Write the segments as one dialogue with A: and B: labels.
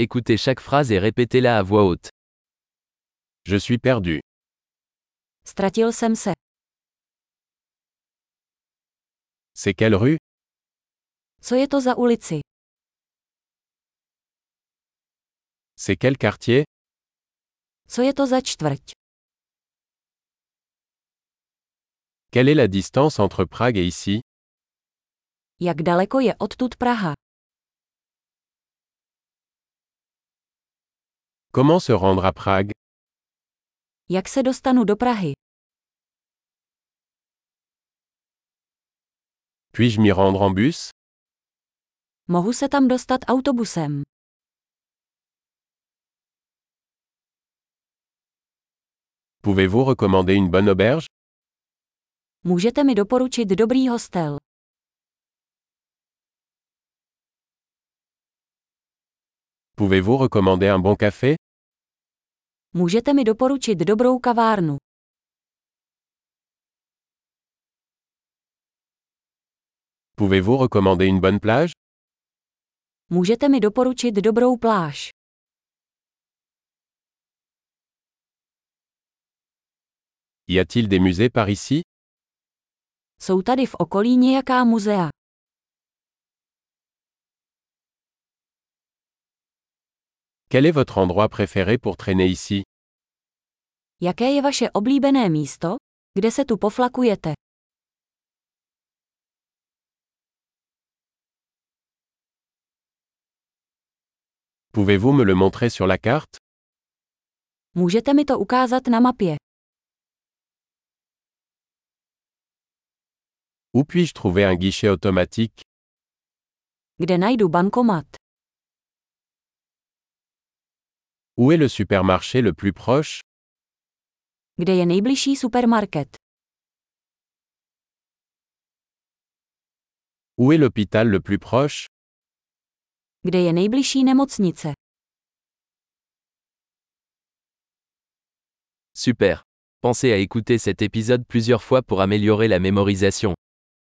A: Écoutez chaque phrase et répétez-la à voix haute.
B: Je suis perdu.
C: Ztratil jsem se.
B: C'est quelle rue
C: Co je to za ulici?
B: C'est quel quartier
C: Co je to za čtvrť?
B: Quelle est la distance entre Prague et ici
C: Jak daleko je odtud Praha?
B: Comment se rendre à Prague
C: Jak se dostanu do Prahy?
B: Puis-je m'y rendre en bus
C: Mohu se tam dostat autobusem.
B: Pouvez-vous recommander une bonne auberge
C: Můžete mi doporučit dobrý hostel.
B: Pouvez-vous recommander un bon café
C: Můžete mi doporučit dobrou kavárnu.
B: Pouvez-vous recommander une bonne plage
C: Můžete mi doporučit dobrou pláž.
B: Y a-t-il des musées par ici
C: Jsou tady v okolí nějaká muzea.
B: Quel est votre endroit préféré pour traîner ici
C: Jaké je vaše oblíbené místo, kde se tu poflakujete?
B: Pouvez-vous me le montrer sur la carte
C: Můžete mi to ukázat na mapě.
B: Où puis-je trouver un guichet automatique
C: Kde najdu bankomat?
B: Où est le supermarché le plus proche
C: Kde je nejbližší supermarket?
B: Où est l'hôpital le plus proche
C: Kde je nejbližší nemocnice?
A: Super. Pensez à écouter cet épisode plusieurs fois pour améliorer la mémorisation.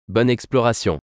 A: Bonne exploration.